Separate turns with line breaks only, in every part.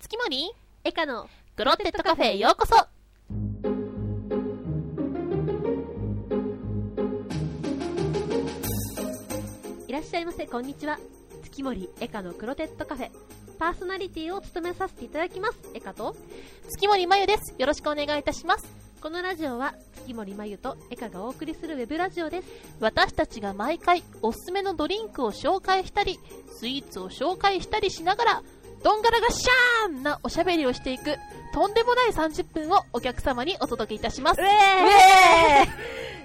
月森
エカの
グロテッドカフェへようこそ
いらっしゃいませこんにちは月森エカのクロテッドカフェパーソナリティを務めさせていただきますエカと
月森まゆですよろしくお願いいたします
このラジオは月森まゆとエカがお送りするウェブラジオです
私たちが毎回おすすめのドリンクを紹介したりスイーツを紹介したりしながらどんがらがシャーンなおしゃべりをしていくとんでもない30分をお客様にお届けいたします
え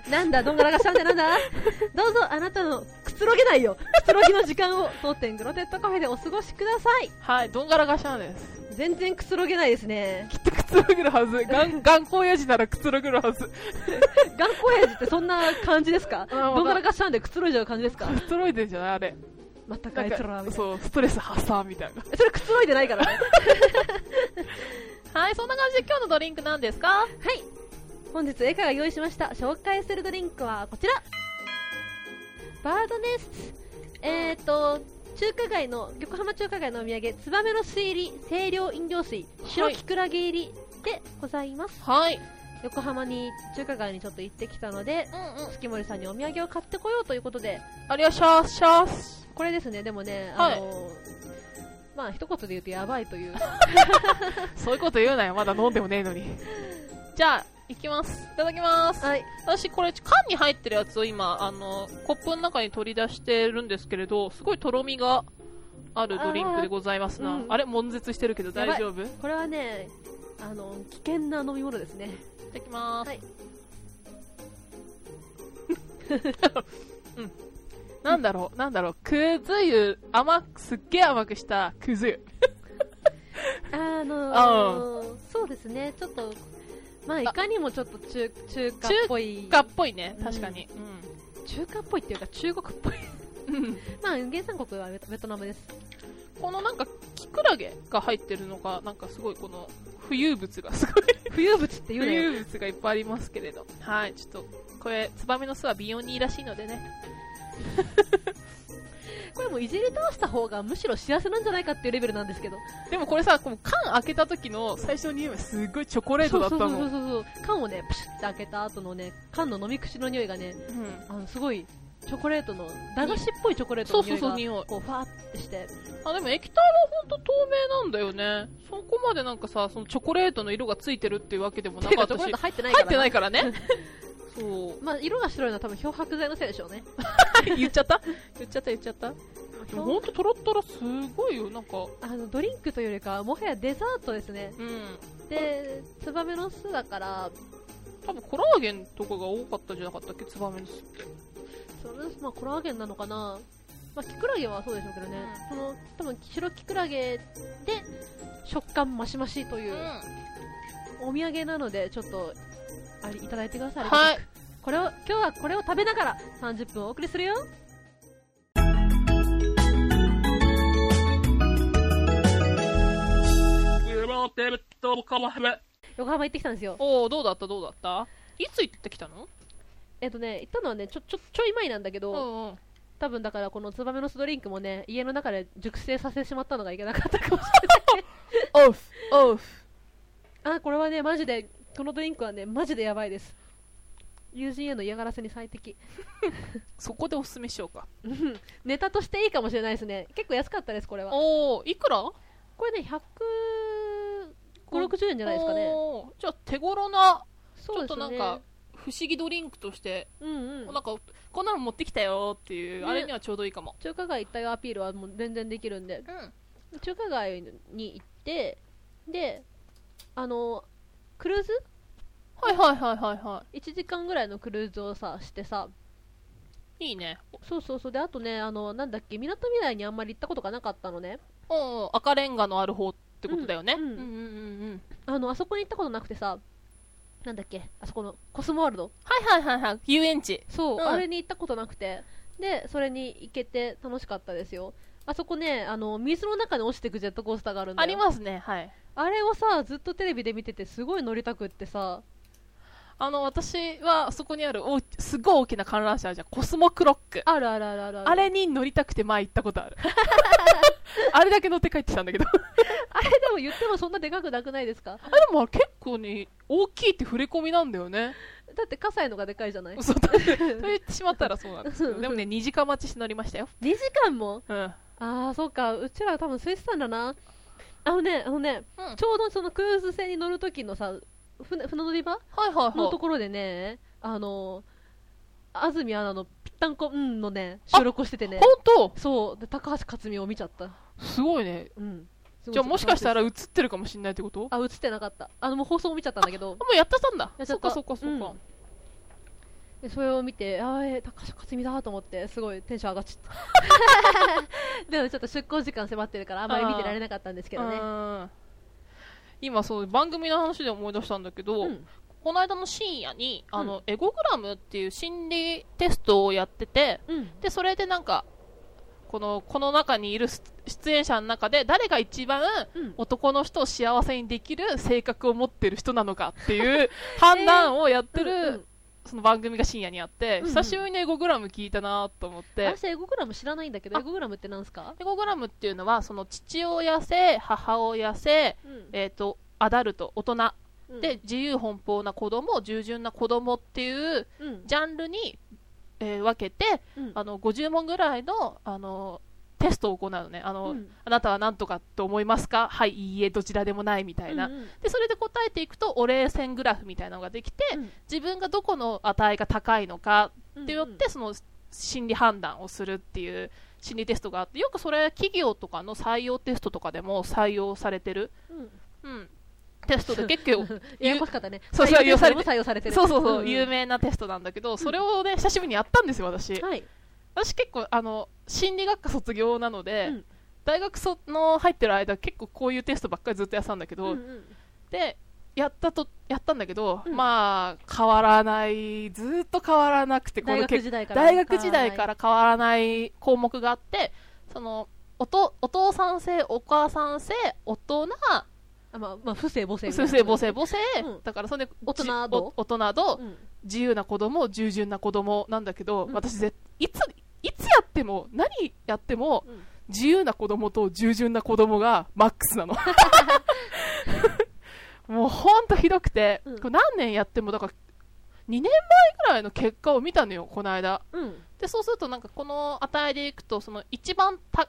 なんだどんがらがしゃんってなんだ どうぞあなたのくつろげないよくつろぎの時間を当店グロテッドカフェでお過ごしください
はいどんがらがシャーンです
全然くつろげないですね
きっとくつろぐるはず 頑固親父ならくつろぐるはず
頑固エイジってそんな感じ ですか
あ
どんがらがしゃんでくつろいじゃう感じです か
くつろいでんじゃないあれ
全くあいつらはみたいな
そうストレス発散みたいな
それくつろいでないからね
はいそんな感じで今日のドリンクなんですか
はい本日エカが用意しました紹介するドリンクはこちらバードネストえっ、ー、と中華街の横浜中華街のお土産ツバメの巣入り清涼飲料水白きくらげ入りでございます、
はい
横浜に中華街にちょっと行ってきたので
うんうん
月森さんにお土産を買ってこようということで
ありがとうございますシャース
これですねでもね
はい
あのまあ一言で言うとやばいという
そういうこと言うなよまだ飲んでもねえのにじゃあいきますいただきます
はい
私これ缶に入ってるやつを今あのコップの中に取り出してるんですけれどすごいとろみがあるドリンクでございますなあ,、
あーうん
れ悶絶してるけど大丈夫い
これはねあの危険な飲み物ですね
ただきます、
はい
うんなんだろうなんだろうくず湯甘くすっげえ甘くしたくず湯
あのそうですね、ちょっと、まあ、いかにもちょっと中中華っぽい
中華っぽいね確かに
中華っぽいっていうか、中国っぽい、
うん、うん
まあ、原産国はベトベトナムです、
このなんかキクラゲが入ってるのがなんかすごいこの浮遊物がすごい
浮遊物っていう
浮
のよ、
遊物がいっぱいありますけれどはいちょっとこれツバメの巣は美容にいいらしいのでね
これもういじり倒した方がむしろ幸せなんじゃないかっていうレベルなんですけど、
でもこれさこの缶開けた時の最初の匂いはすごいチョコレート
そ
だ
う
っ
そ
た
うそう
の
そう、缶をね、プシュって開けた後のね、缶の飲み口の匂いがね、
うん
あのすごいチョコレートの、駄菓子っぽいチョコレート
そう
の
そう
匂い
そう匂い
が、こう、ファーってして、
あでも液体はほんと透明なんだよねそこまでなんかさそのチョコレートの色がついてるっていうわけでもな
て
か
か
っ
チョ
たし
コレー
入
ト入ってないから
って
ね、
ないからねそう
まあ、色が白いのは多分漂白剤のせいでしょうね。
言っちゃった言っちゃった言っちゃったでもほんととろっとろすごいよなんか
あのドリンクというよりかはもはやデザートですね
うん
でツバメの巣だから
多分コラーゲンとかが多かったんじゃなかったっけツバメの巣って
ツバメの巣、まあ、コラーゲンなのかな、まあ、キクラゲはそうでしょうけどね、その多分白キクラゲで食感マシマシといううんお土産なのでちょっとあれいただいてください、
はい
これを今日はこれを食べながら30分お送りするよ横浜行ってきたんですよ
おおどうだったどうだったいつ行ってきたの
えっとね行ったのはねちょちょちょい前なんだけど、
うんうん
多分だからこのツバメの巣ドリンクもね家の中で熟成させてしまったのがいけなかったかもし
オフオフ
れないあこれはねマジでこのドリンクはねマジでやばいです友人への嫌がらせに最適
そこでおすすめしようか
うんネタとしていいかもしれないですね結構安かったですこれは
おおいくら
これね15060円じゃないですかね
おーじゃあ手頃なち
そ
ょ
う
っ
で
と
す
な
よ
ん
ね
か不思議ドリンクとして、
うんうん
なんかこんなの持ってきたよっていう、
ね
あれにはちょうどいいかも
中華街行ったよアピールはもう全然できるんで
うん
中華街に行ってであのクルーズ
はいはいはいはいは
1時間ぐらいのクルーズをさしてさ
いいいね
そうそうそうであとねあのなんだっけみなとみらいにあんまり行ったことがなかったのね
おお赤レンガのある方ってことだよね、
うんうん
うんうんうん
あのあそこに行ったことなくてさなんだっけあそこのコスモワールド
はいはいはいはい遊園地
そう、
うん
あれに行ったことなくてでそれに行けて楽しかったですよあそこねあの水の中に落ちてくジェットコースターがあるんだよ
ありますねはい
あれをさずっとテレビで見ててすごい乗りたくってさ
あの、私はそこにある大き、すごい大きな観覧車あるじゃん。コスモクロック。
あるあるあるある
あれに乗りたくて前行ったこと ある。あれだけ乗って帰ってきたんだけど。 あ、
あれでも言ってもそんなでかくなくないですか
でもあれ結構に大きいって触れ込みなんだよね。
だって葛西のがでかいじゃない2
嘘だ。と言ってしまったらそうなんです けど。でもね、2時間待ちして乗りましたよ。
時間も
うん。
ああそうかうちらは多分スイスさんだなあのねあのね
うん。はい
ちょうどそのクルーズ船に乗る時のさ船船乗り場
はいはい。
のところでねあの安住アナのぴったんこうんのね収録をしててね
本
そうで高橋克実を見ちゃった
当すごいね。
うんすごい
じゃあもしかしたら
楽
映ってるかもしれないってことあ、
しいですあ映ってなかったあのもう放送を見ちゃったんだけど
もうやってたんだ。
やっち
そ
ゃ
っ
った
かそっかそっか。
うんでそれを見て、あーえー、高橋克実だと思って、すごいテンション上がっちゃ った。でもちょっと出航時間迫ってるから、あまり見てられなかったんですけどね。
うん今そう番組の話で思い出したんだけど、
うん
この間の深夜にあの、エゴグラムっていう心理テストをやってて
うん。
でそれでなんかこのこの中にいる出出演者の中で誰が一番
うん。
男の人を幸せにできる性格を持ってる人なのかって いう判断をやってる、
うん
その番組が深夜にあって、
うんうん
久しぶりにエゴグラム聞いたなと思って
私、エゴグラム知らないんだけど、
あ
エゴグラムってなんすか
エゴグラムっていうのはその父親性母親性、
うん
えー、とアダルト大人
うん
で、自由奔放な子供、従順な子供っていう
うん。
ジャンルに、えー分けて、
うん
あの、50問ぐらいの、あの、テストを行うのね。あの、
うん
あなたは何とかと思いますかはい、いいえ、どちらでもないみたいな。
うんうん
で、それで答えていくと、お礼線グラフみたいなのができて、
うん
自分がどこの値が高いのかってよっ
うん
て、その、心理判断をするっていう心理テストがあって、よくそれ、企業とかの採用テストとかでも採用されてる。
うんうん
うん。テストで結構、
ややこしかったね。
そうそう
採用されてる。
採
採用されてる。
そうそうそう、
んん
有。名なテストなんだけど、それをね、久しぶりにやったんですよ、私。
はい。
私結構、あの、心理学科卒業なので、
うん
大学その入ってる間、結構こういうテストばっかりずっとやってたんだけど、
うんうん
で、やったと、やったんだけど、
うん
まあ、変わらない、ずっと変わらなくて、こ
大
の
学
結
時代から。
大学時代から変わらない項目があって、その、おとお父さん性、お母さん性、大人、
あ。まあ、まあ、不正母性。
先生、母性、。母性、
うん
だからそれで、
大人
じお
ど
大人ど、
うん。
自由な子供従順な子供なんだけど、
うん
私ぜいついつやっても何やっても
うん
自由な子供と従順な子供がマックスな のもうほんとひどくて、
うん
これ何年やってもだから2年前ぐらいの結果を見たのよこの間
うん。
でそうするとなんかこの値でいくとその一番た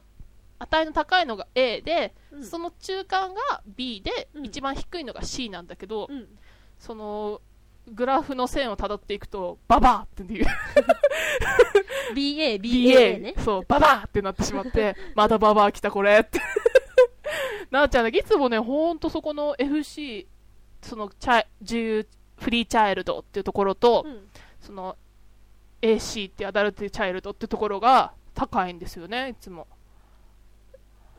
値の高いのが A で、
うん
その中間が B で、
うん
一番低いのが C なんだけど、
うん。
そのグラフの線をたどっていくとババアっていう
BA、BA ね
BA。そうババアってなってしまって またババア来たこれって なっちゃうんだけどいつもねほんとそこの FC そのチャイ自由フリーチャイルドっていうところと、
うん
その AC ってアダルトチャイルドっていうところが高いんですよねいつも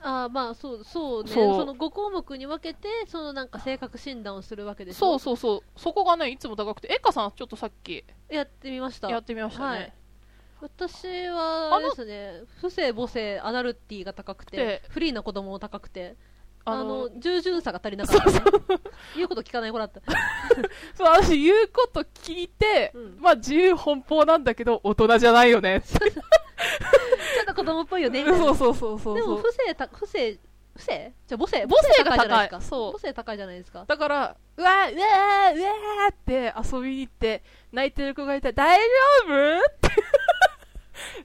あーまあそうそうね
そう
その5項目に分けてそのなんか性格診断をするわけでし
そ
ょ
うそうそうそこがねいつも高くてえかさんちょっとさっき
やってみました
やってみましたね、
はい私はあれですね不正母性アダルティが高くて
で
フリーな子供も高くてあ
あ
の
の
従順さが足りなかった、ね、言うこと聞かない子だった
そう私言うこと聞いて、
うん
まあ自由奔放なんだけど大人じゃないよねって
ちょっと子供っぽいよねみたいな
そうそうそうそう
でも
そう
不正た不正不正じゃあ母性
母性が高い
母性高いじゃないですか
そう
母性高いじゃないですか
だからうわーうわーうわーって遊びに行って泣いてる子がいたら大丈夫って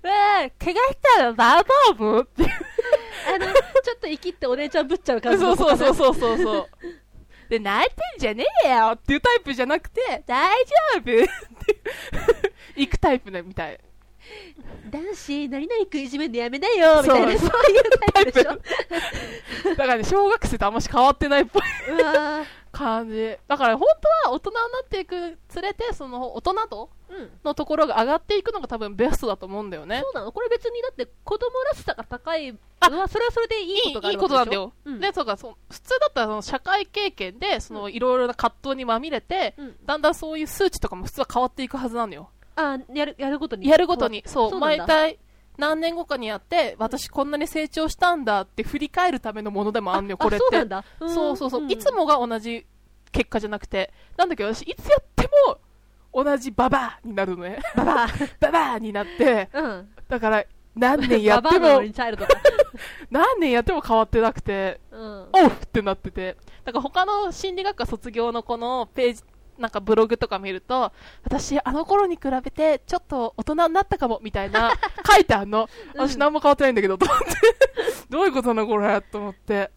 うわー怪我したら大丈夫って
あのちょっと生きってお姉ちゃんぶっちゃう感じ
そ
の
う
子
そう
かな
そうそうそうそうで泣いてんじゃねえよっていうタイプじゃなくて大丈夫って行くタイプだみたい
男子何々食いじめんのやめなよみたいな
そ
そうういうタイプでしょ
だからね小学生とあんまし変わってないっぽいう
わ
感じだから本当は大人になっていくつれてその大人と
ーうん
のところが上がっていくのが多分ベストだと思うんだよね
そうなのこれ別にだって子供らしさが高いの
あ
はそれはそれでいいことがあ
いい
る
こ
わ
となん
けで
だ
しょ
よ、
うん
でそうかそう普通だったらその社会経験でそのいろいろな葛藤にまみれて、
うん
だんだんそういう数値とかも普通は変わっていくはずなのよ
あやるやることに
やるごとにそう
そうなん
毎
だ
回何年後かにやって私こんなに成長したんだって振り返るためのものでもあんのよこれって
そうなんだ
そうそうそう、いつも
も
が同じ結果じなんだけど私いつやっても同じババアになるのね。
ババ
ババアになって、
ア。うん。
だから、何年やっ
バ
て
バアな
も
の、にチャイルド。
何年やっても変わってなくて、
うん。
オフってなってて。だから他の心理学科卒業の子のページ、なんかブログとか見ると、私、あの頃に比べて、ちょっと大人になったかも、みたい な、書いてあんの。
うん
私何も変わってないんだけど、と思って。 どういうことなのこれ、と思って。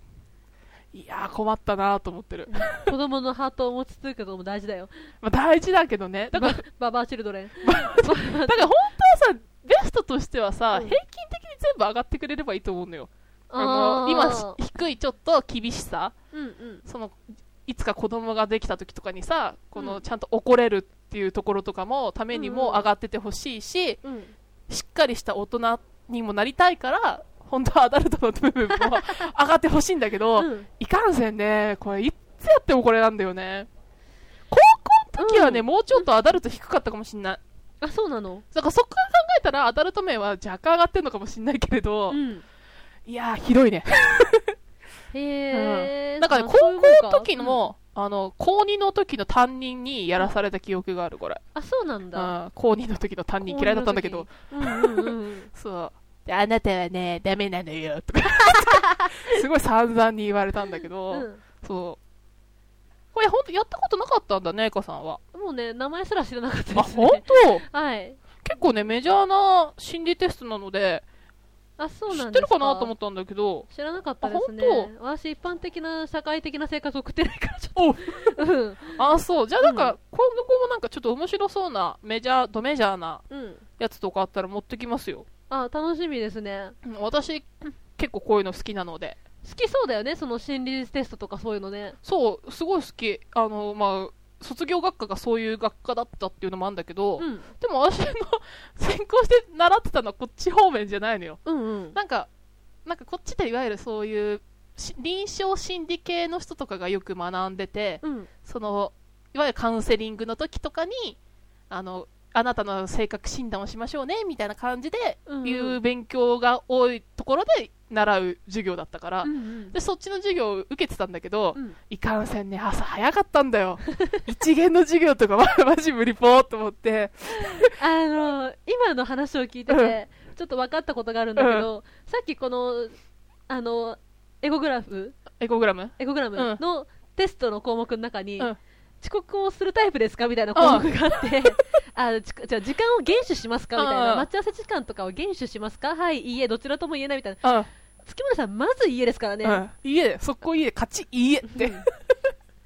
いやー、困ったなーと思ってる。
子供のハートを持ち続けることも大事だよ。
まあ大事だけどね。だから、
バババアチルドレン。
だから本当はさ、ベストとしてはさ、
うん
平均的に全部上がってくれればいいと思うのよ。 あ
あ
の
ー
今し、低いちょっと厳しさ、
うんうん。
そのいつか子供ができた時とかにさ、こ
う
の
ん
ちゃんと怒れるっていうところとかも、ために
うんう
も
ん
上がっててほしいし、
うん、
しっかりした大人にもなりたいから、本当はアダルトの部分も上がってほしいんだけど、
うん
いかんせんね、これ、いつやってもこれなんだよね。高校の時はね、
うん
もうちょっとアダルト低かったかもしんない。
あそうなの
だからそこから考えたらアダルト面は若干上がってるのかもしれないけれど、
うん
いやーひどいね
へえ、
なんかね
あ
高校
そういうもんか
の時の、あの高2の時の担任にやらされた記憶があるこれ、
うんあそうなん
う
だ
ん、高2の時の担任嫌いだったんだけど
高二の時にうんうんうん
そうあなたはねダメなのよとか すごい散々に言われたんだけど、
うん
そうこれ本当やったことなかったんだねえかさんは、
うんもうね名前すら知らなかった
あ
です
本
ね
当
はい
結構ねメジャーな心理テストなので
あそう
知
なん
っ
で
て
す
るかなと思ったんだけど
知らなかったですね
あ本
私一般的な社会的な生活を送ってないからち
お
ょっと うん
あそうじゃあなんか、
うん
今後もなんかちょっと面白そうなメジャードメジャーな
うん
やつとかあったら持ってきますよ
あ楽しみですね
うん私結構こういうの好きなので
好きそうだよねその心理テストとかそういうのね
そうすごい好きあのまあ卒業学科がそういう学科だったっていうのもあるんだけど、
うん
でも私の 専攻して習ってたのはこっち方面じゃないのよ
うんうん
なんかなんかこっちでいわゆるそういうし臨床心理系の人とかがよく学んでて
うん
そのいわゆるカウンセリングの時とかにあのあなたの性格診断をしましょうねみたいな感じで
うん
いう勉強が多いところで習う授業だったから、
うんうん
でそっちの授業を受けてたんだけど、
うん
いかんせんね朝早かったんだよ 一元の授業とかまマジ無理ぽーと思って
あの今の話を聞いてて、ちょっと分かったことがあるんだけど、さっきこのあのエゴグラフ
エコグラム
エゴグラム
うん
のテストの項目の中に、
うん
遅刻をするタイプですかみたいな項目があって、あちじゃあ時間を厳守しますかみたいな、
うん
待ち合わせ時間とかを厳守しますかはい、いいえ、どちらとも言えないみたいな、
うん、
月村さん、まずいいえですからね、
うん、家で速攻家で勝ち家って、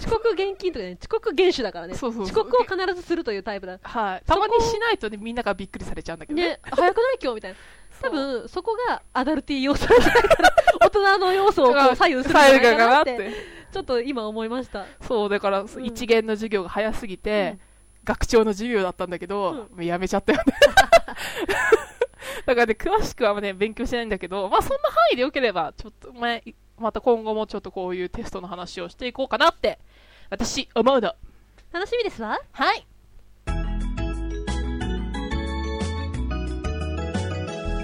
遅刻厳禁とかね、遅刻厳守だからね、
そうそうそう
遅刻を必ずするというタイプだ。
はい、たまにしないとねみんながびっくりされちゃうんだけどね
ね、早くない今日みたいな。
そ
多
う
分そこがアダルティ要素なんじゃないかな大人の要素をこう左右するんじゃないかなってちょっと今思いました
そうだから、
ん
一元の授業が早すぎて、学長の授業だったんだけど、やめちゃったよねだからね詳しくはね勉強してないんだけどまあそんな範囲でよければちょっとまあいまた今後もちょっとこういうテストの話をしていこうかなって私思うの
楽しみですわ
はい
セ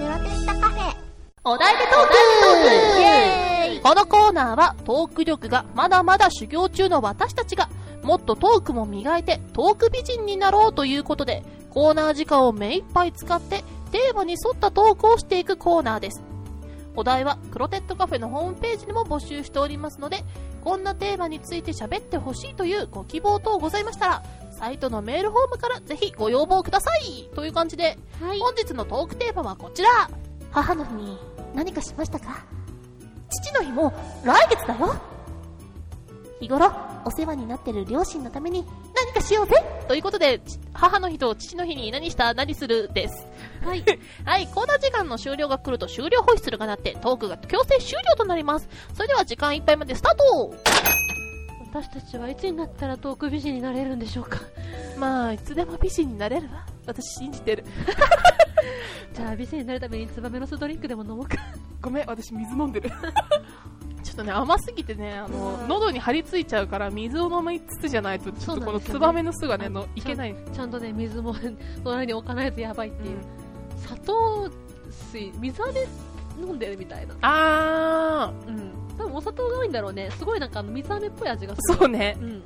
ラピスタカフェ
お題でトークこのコーナーはトーク力がまだまだ修行中の私たちがもっとトークも磨いてトーク美人になろうということでコーナー時間を目いっぱい使ってテーマに沿ったトークをしていくコーナーですお題はクロテッドカフェのホームページにも募集しておりますのでこんなテーマについて喋ってほしいというご希望等ございましたらサイトのメールフォームからぜひご要望くださいという感じで
はい
本日のトークテーマはこちら
母の日に何かしましたか父の日も来月だよ日頃お世話になってる両親のために何かしようぜ
ということで、ち母の日と父の日に何した何するです。
はい
はい、コーナー時間の終了が来ると終了ホイッスルが鳴って、トークが強制終了となります。それでは時間いっぱいまでスタート
私たちはいつになったらトーク美人になれるんでしょうか
まあ、いつでも美人になれるわ。私信じてる。
じゃあ美人になるためにツバメの酢ドリンクでも飲もうか
ごめん、私水飲んでる。 ちょっとね、甘すぎてね、あ
う
の、
ん
喉に張り付いちゃうから、水を飲みつつじゃないと、ちょっとこの
そうなんですよね
ツバメの巣がね、の
あ
いけない。
ちゃんとね水も 隣に置かないとやばいってい
う
う、
ん
砂糖水水飴飲んでるみたいな
あー、
うん多分お砂糖が多いんだろうねすごいなんかあの水飴っぽい味がする
そうね。
うん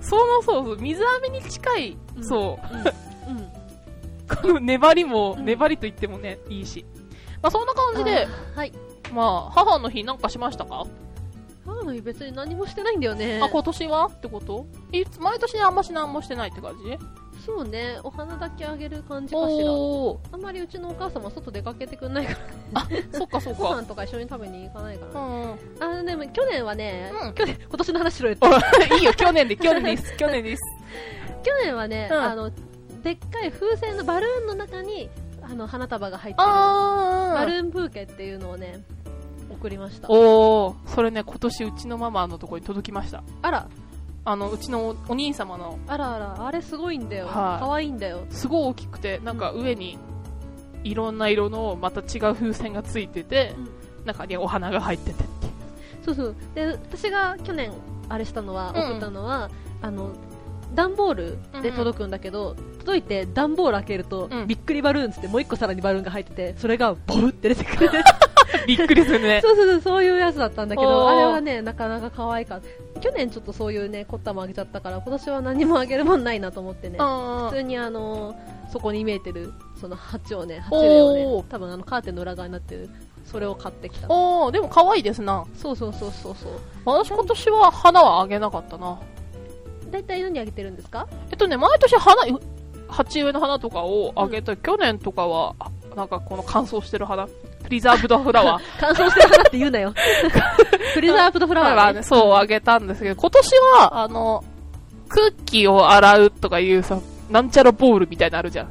そのそうそう、水飴に近い、
うん
そう、
うんうん
この粘りも、
うん
粘りと言ってもね、いいし。ま あそんな感じで、
あーはい
まあ母の日なんかしましたか、
母の日別に何もしてないんだよね
あ、今年はってこといつ、毎年あんまし何もしてないって感じ
そうねお花だけあげる感じかしら
おー、
あんまりうちのお母様外出かけてくんないから
そっかそっ
ご
か。
飯とか一緒に食べに行かないか
う
ら、
ん。
あでも去年はね、
うん
去年 今年の話しろよって
お いいよ、去年で、去年です、去年 です。
去年はね、
うん
あのでっかい風船のバルーンの中にあの花束が入ってる
あ
バルーンブーケっていうのをね送りました
おー、それね、今年うちのママのとこに届きました。
あら
あの、うちのおお兄様の、
あらあらあれすごいんだよ
はい
可愛いんだよ
すごい大きくて、なんか上に、いろんな色の、また違う風船がついてて、中にお花が入っててっていう。
そうそうで私が去年あれしたのは、
うん
送ったのはあの段ボールで届くんだけど、届いて段ボール開けると、
うん
びっくりバルーンっつってもう一個さらにバルーンが入っててそれがボブって出てくる
びっくりする ね。
そうそうそうそういうやつだったんだけ
お
ど
ー
あれはねなかなか可愛かった去年ちょっとそういうね凝ったもあげちゃったから今年は何もあげるもんないなと思ってね
うん
普通にあのーそこに見えてるその鉢をね鉢植えを
お
ね
ー
多分あのカーテンの裏側になってるそれを買ってきた
おー、でも可愛いですな。
そうそうそうそうそう
私今年は花はあげなかったな。
大体何あげてるんですか
えっとね、毎年花、う鉢植えの花とかをあげて、去年とかは、あなんかこの乾燥してる花、プリザーブドフラ ワー。
乾燥してる花って言うな よフリザープドフ
フラ
ラ
ワ
ワ
ー
ー、
ね、
ね、
そう、あげたんですけど、今年は、あの、空気を洗うとかいうさ、なんちゃらボールみたいなのあるじゃん。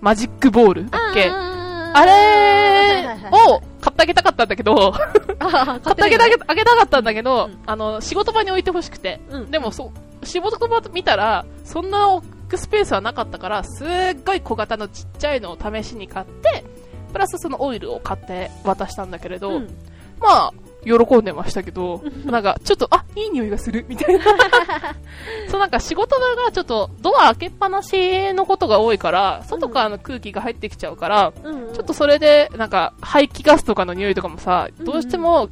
マジックボールだっけあ
あ
れ
はいはい
を買ってあげたかったんだけど、
あ
買ってあげたあげあげたかったんだけど、
うん
あの、仕事場に置いてほしくて。
うん
でも、そう、仕事場見たら、そんな置くスペースはなかったから、すっごい小型のちっちゃいのを試しに買って、プラスそのオイルを買って渡したんだけれど、
うん
まあ、喜んでましたけど、なんか、ちょっと、あ、いい匂いがする、み たいな。そう、なんか仕事場がちょっと、ドア開けっぱなしのことが多いから、外からの空気が入ってきちゃうから、
うんうん
ちょっとそれで、なんか、排気ガスとかの匂いとかもさ、
うん
どうしても、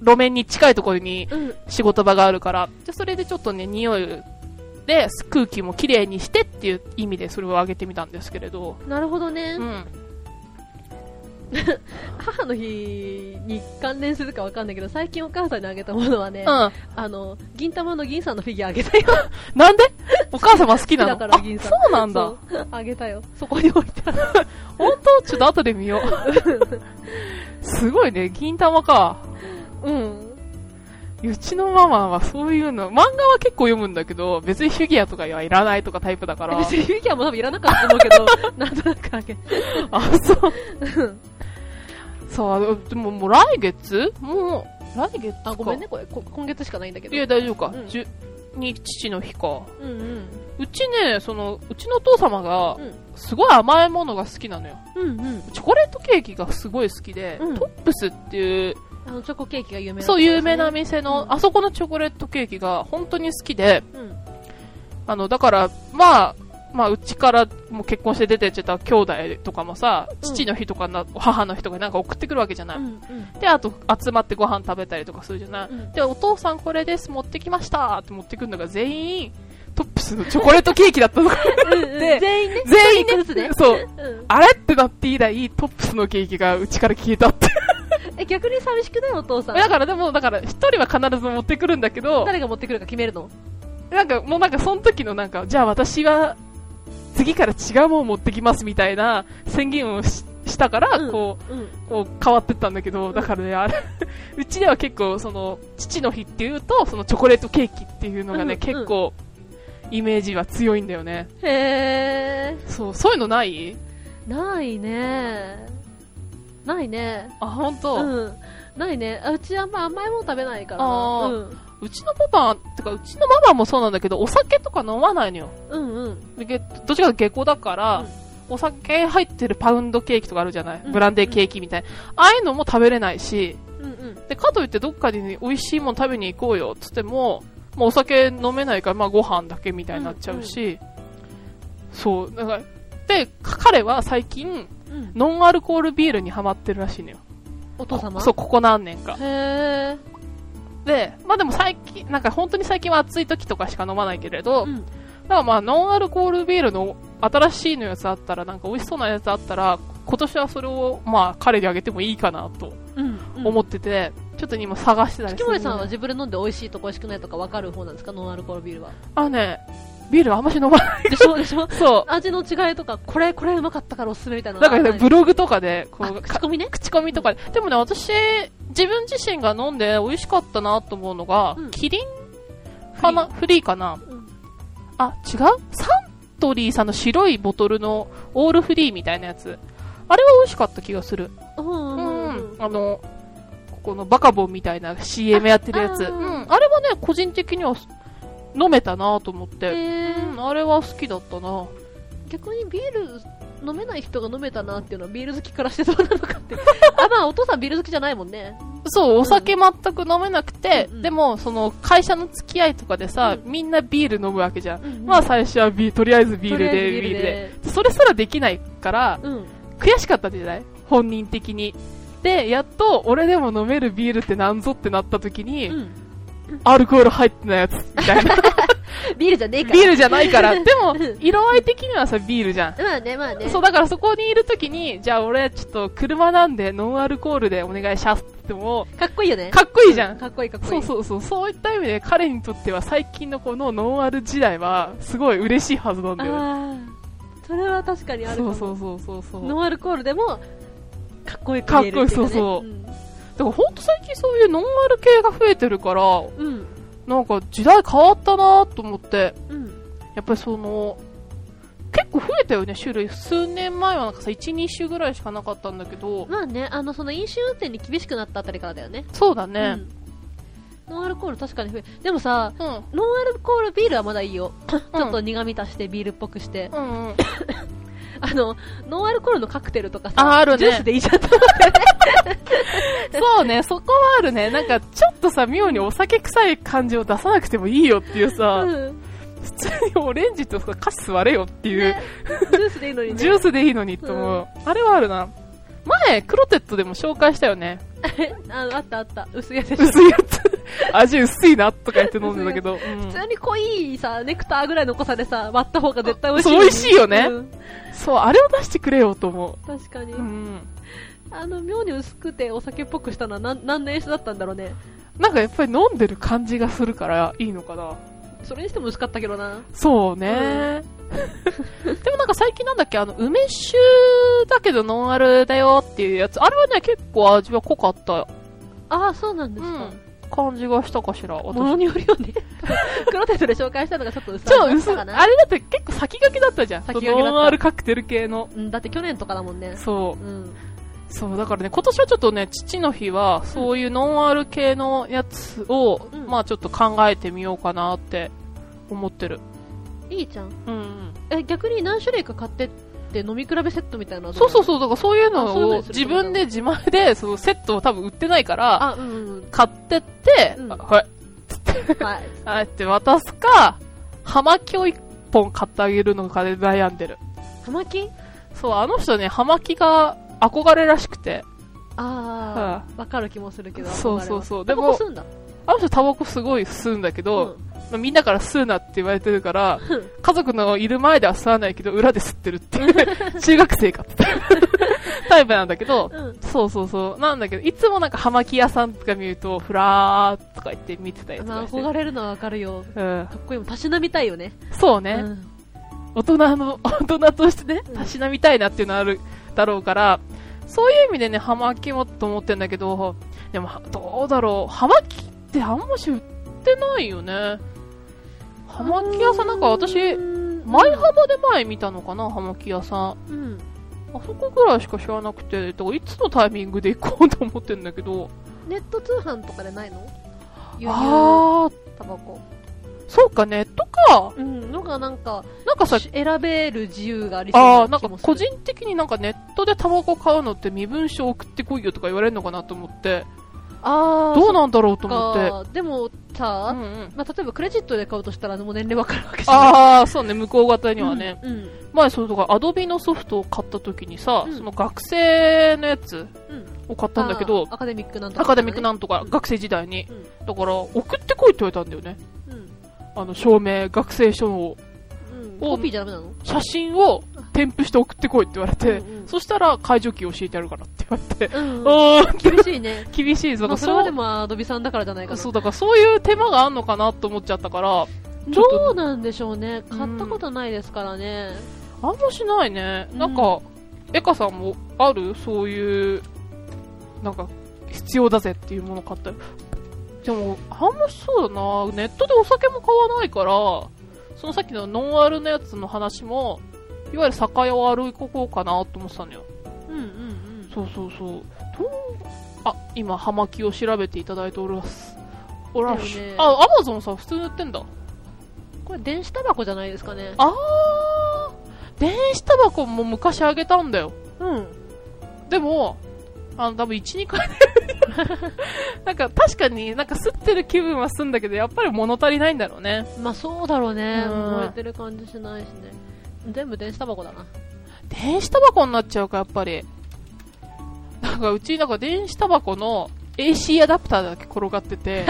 路面に近いところに
うん
仕事場があるから、でそれでちょっとね、匂いで空気もきれいにしてっていう意味でそれを上げてみたんですけれど、
なるほどね、
うん。
母の日に関連するかわかんないけど最近お母さんにあげたものはね、
うん。
あの銀玉の銀さんのフィギュアあげたよ
なんでお母様好き なの
だから
あ
銀さん
そうなんだ。
そうあげたよそこに置いてある
本当ちょっと後で見よう。 すごいね、銀玉か。
うん
うちのママはそういうの、漫画は結構読むんだけど、別にフィギュアとかはいらないとかタイプだから。
別にフィギュアも多分いらなかったと思うけど、なんとなくあげて。
あ、そう。
うん
そう、でももう来月もう、来月か
あ、ごめんね、これ、こ今月しかないんだけど
い。や、大丈夫か。
うん
じゅに父の日か。
うんうん。
うちね、その、うちのお父様が
う、ん
すごい甘いものが好きなのよ。
うんうん。
チョコレートケーキがすごい好きで、
うん
トップスっていう、
あの、チョコケーキが有名なとこ
そう、
ですね
有名な。店の、
うん
あそこのチョコレートケーキが本当に好きで、
うん。
あの、だから、まあ、まあ、うちからもう結婚して出てっちゃった兄弟とかもさ、父の日とかな、母の日とかなんか送ってくるわけじゃない。
うん
で、あと、集まってご飯食べたりとかするじゃない。
うん。
で、お父さんこれです、持ってきましたって持ってくるのが全員、トップスの チョコレートケーキだったの。
うん
で
全員ね。
全員
一人ずつね
ね、そう。
うん
あれってなって以来、トップスのケーキがうちから消えたって。
え、逆に寂しくないお父さん。
だからでも、だから一人は必ず持ってくるんだけど、
誰が持ってくるか決めるの
なんかもうなんかその時のなんか、じゃあ私は次から違うもんを持ってきますみたいな宣言をししたから、
うん
こ
うん。
う、こう変わってったんだけど、だからね、あれ、 うちでは結構その、父の日っていうと、そのチョコレートケーキっていうのがね、
うん
結構、イメージは強いんだよね。
へ
そう、そういうのない
ー。ないね。ないね。
あ、本当。
うん。ないね。あうちあんま甘いもの食べないからな。
あー
うん。
うちのパパ、てかうちのママもそうなんだけど、お酒とか飲まないのよ。
うんうん。
でげどっちかというと下戸だから、
うん
お酒入ってるパウンドケーキとかあるじゃない、
うん
ブランデーケーキみたいな。ああいうのも食べれないし、
うんうん。
で、かといってどっかに美味しいもん食べに行こうよっつっても、もうお酒飲めないから、まあご飯だけみたいになっちゃうし、そう、だから、で、か彼は最近、
うん。
ノンアルコールビールにハマってるらしいのよ。
お父様
そう、ここ何年か。
へー。
で、まあでも最近、なんか本当に最近は暑い時とかしか飲まないけれど、
うん
だからまあノンアルコールビールの新しいのやつあったら、なんか美味しそうなやつあったら、今年はそれをまあ彼にあげてもいいかなと
うん、
思ってて、ちょっと今探してたり
月
する
森さんは自分で飲んで美味しいとか美味しくないとか分かる方なんですかノンアルコールビー ルは
あのね、ビールあんまし飲まない。
でしょでしょ
そ
味の違いとかこれこれうまかったからおすすめみたいな
う。だからね、ブログとかで、こ
あ
う、
口
か
コミね
口コミとかで。でもね、私、自分自身が飲んで美味しかったなと思うのが、
うん
キリンかなフリーかな
うん
あ、違うサントリーさんの白いボトルのオールフリーみたいなやつ。あれは美味しかった気がする。
うんう
うん
うんう
ん。
ん
あの、ここのバカボンみたいな CM やってるやつ。
ああー
うん。あれはね、個人的には飲めたなと思って。
え
う
ー
ん、あれは好きだったな。
逆にビール飲めない人が飲めたなっていうのはビール好きからしてどうなのかって あまあお父さんビール好きじゃないもんね
そう、お酒全く飲めなくて、
うんうん
でも、その、会社の付き合いとかでさ、
う
みんなビール飲むわけじゃん。
うんうん
まあ、最初はビール、とりあえずビールで、
とりあえず
ビ
ビ
ー
ー
ル
ル
で
で
それすらできないから、
うん
悔しかったじゃない本人的に。で、やっと、俺でも飲めるビールってなんぞってなった時に、
うん
アルコール入ってないやつ、みたい な。
ビールじゃねえから
ビールじゃない から。でも
うん、
色合い的にはさ、ビールじゃん。
まあねまあね
そう、だからそこにいる時に、じゃあ俺、ちょっと車なんで、ノンアルコールでお願いしますって言っても、
かっこいいよね
かっこいいじゃん。
かっこいいかっこい
そ
いう
そうそう、そういった意味で彼にとっては最近のこのノンアル時代はすごい嬉しいはずなんだよね。
ああそれは確かにあるか
そ
も
うそうそうそうそう。だか
ノンアルコールでもかっこよく見
か
えるっていうか、ね、
っこいいそうそうんらほんと最近そういうノンアル系が増えてるから、
うん
なんか時代変わったなと思って、
うん
やっぱりその、結構増えたよね、種類。数年前はなんかさ、1、2種ぐらいしかなかったんだけど、
まあねあのその飲酒運転に厳しくなったあたりからだよね
そうだね。
うん、ノンアルコール確かに増えでもさ
うん。
ノンアルコールビールはまだい いよちょっと苦味足してビールっぽくして、
うんうん。
あのノンアルコールのカクテルとかさ
ああるね
ジュースでいいじゃん
そうね、そこはあるね。なんかちょっとさ、妙にお酒臭い感じを出さなくてもいいよっていうさ、
うん
普通にオレンジとさ、カシス割れよっていう、
ジュースでいいのにね
ジュースでいいのにと思う。あれはあるな。前、クロテッドでも紹介したよね。
ああったあった薄いやつでしょ
薄いやつ。 味薄いなとか言って飲んでたけど。 うん
普通に濃いさネクターぐらいの濃さでさ割った方が絶対美味しい
そう美味しいよね
うん
そう、あれを出してくれよと思
確かに、
う。うん。
あの妙に薄くてお酒っぽくしたのは何何の演出だったんだろうね
なんかやっぱり飲んでる感じがするからいいのかな。
それにしても薄かったけどな
そうね。 でもなんか最近なんだっけ、あの、梅酒だけどノンアルだよっていうやつ。あれはね、結構味は濃かった。
ああそうなんですか、
感じがしたかしら、私
ものによるよ ねクロテッドで紹介したのがちょっと薄
ちょっと
味
薄
だ
い
ったかな
あれだって結構先駆けだったじゃん。
先駆けだった
ノンアルカクテル系の。
うん、だって去年とかだもんね。
そうう。
ん。
そう、だからね、今年はちょっとね、父の日は、そういうノンアル系のやつを、
うん
まあちょっと考えてみようかなって思ってる。
いいじゃん。
うんうん。
え、逆に何種類か買ってって飲み比べセットみたいなのはど
そうそう
う
そう、だからそういう
あそうい
の
うの
を
にする
自分で自前で、そのセットを多分売ってないから、
なの。あ、うんうん
買ってって、
うん
あはい、
うん。はい。
あえて渡すか、葉巻を一本買ってあげるのかで悩んでる。
葉巻
そう、あの人ね、葉巻が憧れらしくて、
ああ、わかる気もするけど。
そうそうそう
で
で
も。
も
タバコ吸うんだ。
あの人タバコすごい吸うんだけど、
ん。
まあみんなから吸うなって言われてるから
うん、
家族のいる前では吸わないけど、裏で吸ってるっていう、 中学生かってタイプなんだけど、
うん。
そうそうそう、なんだけど、いつもなんか葉巻屋さんとか見ると、ふらーとか言って見てたりと
ま
か
あ、
して。
憧れるのはわかるよ。
うん、
かっこいいもん。たしなみたいよね。
そう
う
ね、
ん。
大人の、大人としてね
う、ん
たしなみたいなっていうのはあるだろうから、そういう意味でね、葉巻もと思ってんだけど、でも、どうだろう、葉巻ってあんまし売ってないよね。葉巻屋さんなんか私
う、ん
前幅で前見たのかな、葉巻屋さん。あ
うん。
そこぐらいしか知らなくて、だからいつのタイミングで行こうと思ってんだけど。
ネット通販とかでないの輸入
あー、
タバコ。
そうか、ネットか。
うん。のがなんか、
なんかさ、
選べる自由がありそう
あー、な
なん気
か
もする
個人的になんかネットでタバコ買うのって身分証送ってこいよとか言われるのかなと思って、
ああ、
どうなんだろうと
と
思って。
か、でもさ、
うんうん
まあ、例えばクレジットで買うとしたらもう年齢わかるわけじゃない
あー、そうね、向こう方にはね。
うん、うん
前、それとか、アドビのソフトを買った時にさ、
うん
その学生のやつ、
うん
を買ったんだけど
あー、アカデミックなんとか、
アカデミックなんとか、学生時代に。
うん
だから、送ってこいって言われたんだよね。
うん
あの、証明、学生証を、
うんコピーじゃダメなの
写真を添付して送ってこいって言われて、
うんうん
そしたら解除キー教えてやるからって言われて、
うん
あー
厳しいね
厳しいぞ。
ま
だ
あ
か
それは
ら
でもアドビさんだからじゃないか
そう、そう、
な
だからそういう手間があんのかなと思っちゃったから、ち
ど
ょっと
うなんでしょうね買ったことないですからね
あんましないね。
うん
なんか、エカさんもあるそういう、なんか、必要だぜっていうもの買ったりでも、あんましそうだな。ネットでお酒も買わないから、そのさっきのノンアルのやつの話も、いわゆる酒屋を歩こうかなと思ってたのよ。
うんうんうん
そうそうそう。どうあ、今、葉巻を調べていただいております。おらっし
だよね
あ、アマゾンさ、普通に売ってんだ。
これ電子タバコじゃないですかね
あー、電子タバコも昔あげたんだよ。
うん
でも、あの、多分1、2回で なんか確かになんか吸ってる気分はすんだけど、やっぱり物足りないんだろうね。
まあそうだろうね
うん
燃えてる感じしないしね全部電子タバコだな
電子タバコになっちゃうか、やっぱり。なんかうちなんか電子タバコの AC アダプターだけ転がって て、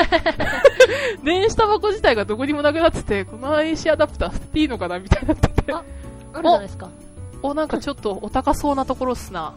電子タバコ自体がどこにもなくなってて、この AC アダプター捨てていいのかなみたいになってて
あ。あるじゃないですか
お、なんかちょっとお高そうなところっすな。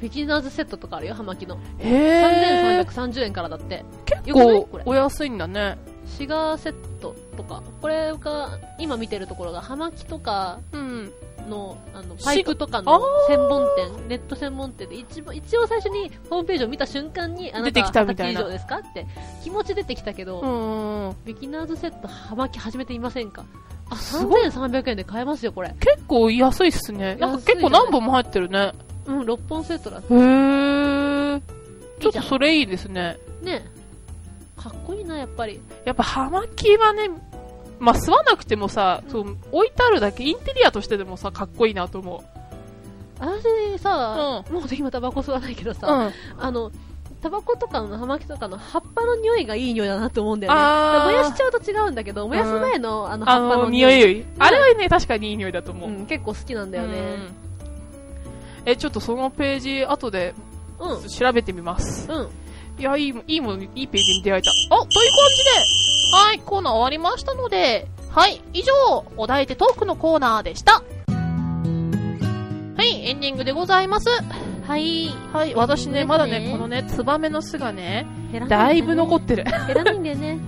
ビギナーズセットとかあるよハマキの
へえ。
3330円からだって
結
よくない
構
これ
お安いんだね。
シガーセットとかこれが今見てるところがハマキとか
うん。
のあの
シガ
パイプとか
あ
の
ー
専門店ネット専門店で一番一応最初にホームページを見た瞬間にあな
出
た
てきた
は
みたい
以
な
上ですかって気持ち出てきたけど、
うん。
ビギナーズセットハマキ始めていませんかあ
すごい
3300円で買えますよこれ
結構安いっすね。なんか結構何本も入ってるね。
うん6本セットだ
へー。ちょっ
いいじ
と
ゃん
それいいですね。
ねかっこいいなやっぱり
やっぱ葉巻はね、まあ、吸わなくてもさ、そう、置いてあるだけ、インテリアとしてでもさ、かっこいいなと思う。
私さ、
う
もう今タバコ吸わないけどさ、
うん。
あの、タバコとかの葉巻とかの葉っぱの匂いがいい匂いだなって思うんだよね。だ
あ
から
ー
燃やしちゃうと違うんだけど、燃やす前のあの
あ
葉っぱの
の、
匂
匂
い。
い。あれはね、確かにいい匂いだと思
う
う。
ん、結構好きなんだよ
う
ね。
んえ、ちょっとそのページ、後で
うん。うん。
調べてみます。
うん。
いや、いいも、いいもの、いいページに出会えた。あ、という感じで、はい、コーナー終わりましたので、はい、以上、お題でトークのコーナーでした。はい、エンディングでございます。
はい。
はい、私ね、
ですね
まだね、このね、ツバメの巣がね、
減らな
だ
い
い
ん
ぶ
だよね
残ってる。
減らないんだよね。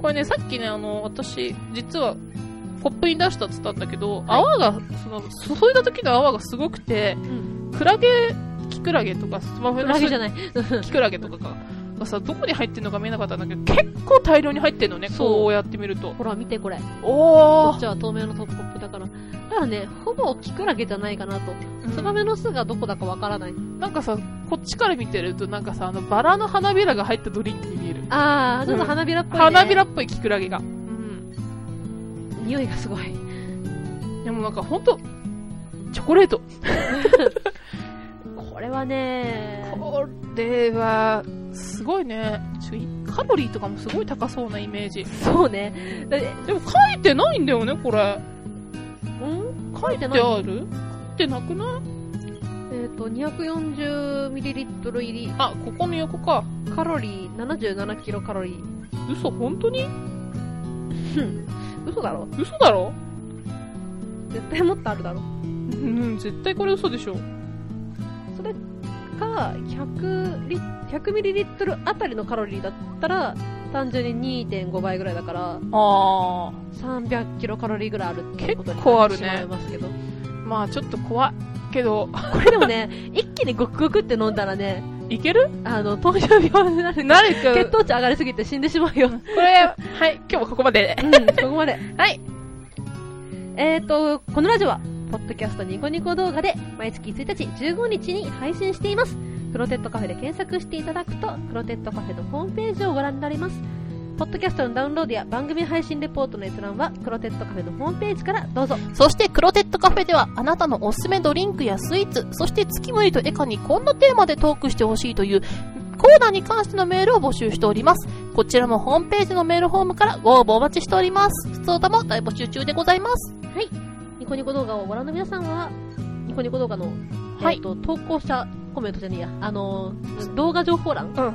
これね、さっきね、あの、私、実は、コップに出したって言ったんだけど、泡が、その、注いだ時の泡がすごくて、
うん。
クラゲ、キクラゲとか、ツバメ
ク
の
ラゲ
巣
じゃない。
キクラゲとかが、がさ、どこに入ってんのか見えなかったんだけど、結構大量に入ってんのね、
そう
こうやって見ると。
ほら、見てこれ。こ
お
っちは透明のトップだから。だからね、ほぼキクラゲじゃないかなと。ツバメの巣がどこだかわからない。
なんかさ、こっちから見てると、なんかさ、あの、バラの花びらが入ったドリンクに見える。
あー、ちょっと花びらっぽい、ね。
花びらっぽいキクラゲが。うん。
匂いがすごい。
でもなんかほんと、チョコレート。
これはね、
これは、すごいね。ちょカロリーとかもすごい高そうなイメージ。
そうね。だって
でも書いてないんだよね、これ。
うん書いて
書い
ない
てある書いてなくない
えっ、と、240ml 入り、
あ、ここの横か。
カロリー77キロカロリー。
嘘、本当に
嘘だろ
嘘だろ
絶対もっとあるだろ。
うん、絶対これ嘘でしょ。
それか、100リ、100ml あたりのカロリーだったら、単純に2.5倍ぐらいだから、
あ
300キロカロリーぐらいあるってことに
結構あるね
なってしまいますけど。
あ。まあちょっと怖い。けど、
これでもね、一気にゴクゴクって飲んだらね、
いける
あの、糖尿病になる。
慣れて
血
る。こ
糖値上がりすぎて死んでしまうよ。
れ、はい、今日もここまで。
うん、そこまで。
はい。
えーと、このラジオは、ポッドキャストニコニコ動画で、毎月1日、15日に配信しています。クロテッドカフェで検索していただくと、クロテッドカフェのホームページをご覧になれます。ポッドキャストのダウンロードや番組配信レポートの閲覧は、クロテッドカフェのホームページからどうぞ。
そして、クロテッドカフェでは、あなたのおすすめドリンクやスイーツ、そして月森とエカにこんなテーマでトークしてほしいという、コーナーに関してのメールを募集しております。こちらもホームページのメールフォームからご応募お待ちしております。普通歌も大募集中でございます。
ニコニコ動画をご覧の皆さんは、ニコニコ動画の、
はい
えーと投稿者コメントじゃねえや、あのー動画情報欄か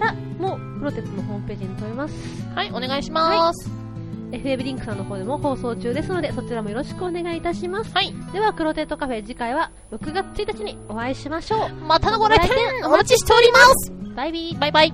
らも、プロテッドのホームページに飛べます。
はい、お願いします。
FAB リンクさんの方でも放送中ですので、そちらもよろしくお願いいたします。
はい。
では、クロテッドカフェ次回は6月1日にお会いしましょ
またのご来店お待ちしております。
う。バイビー。
バイバイ。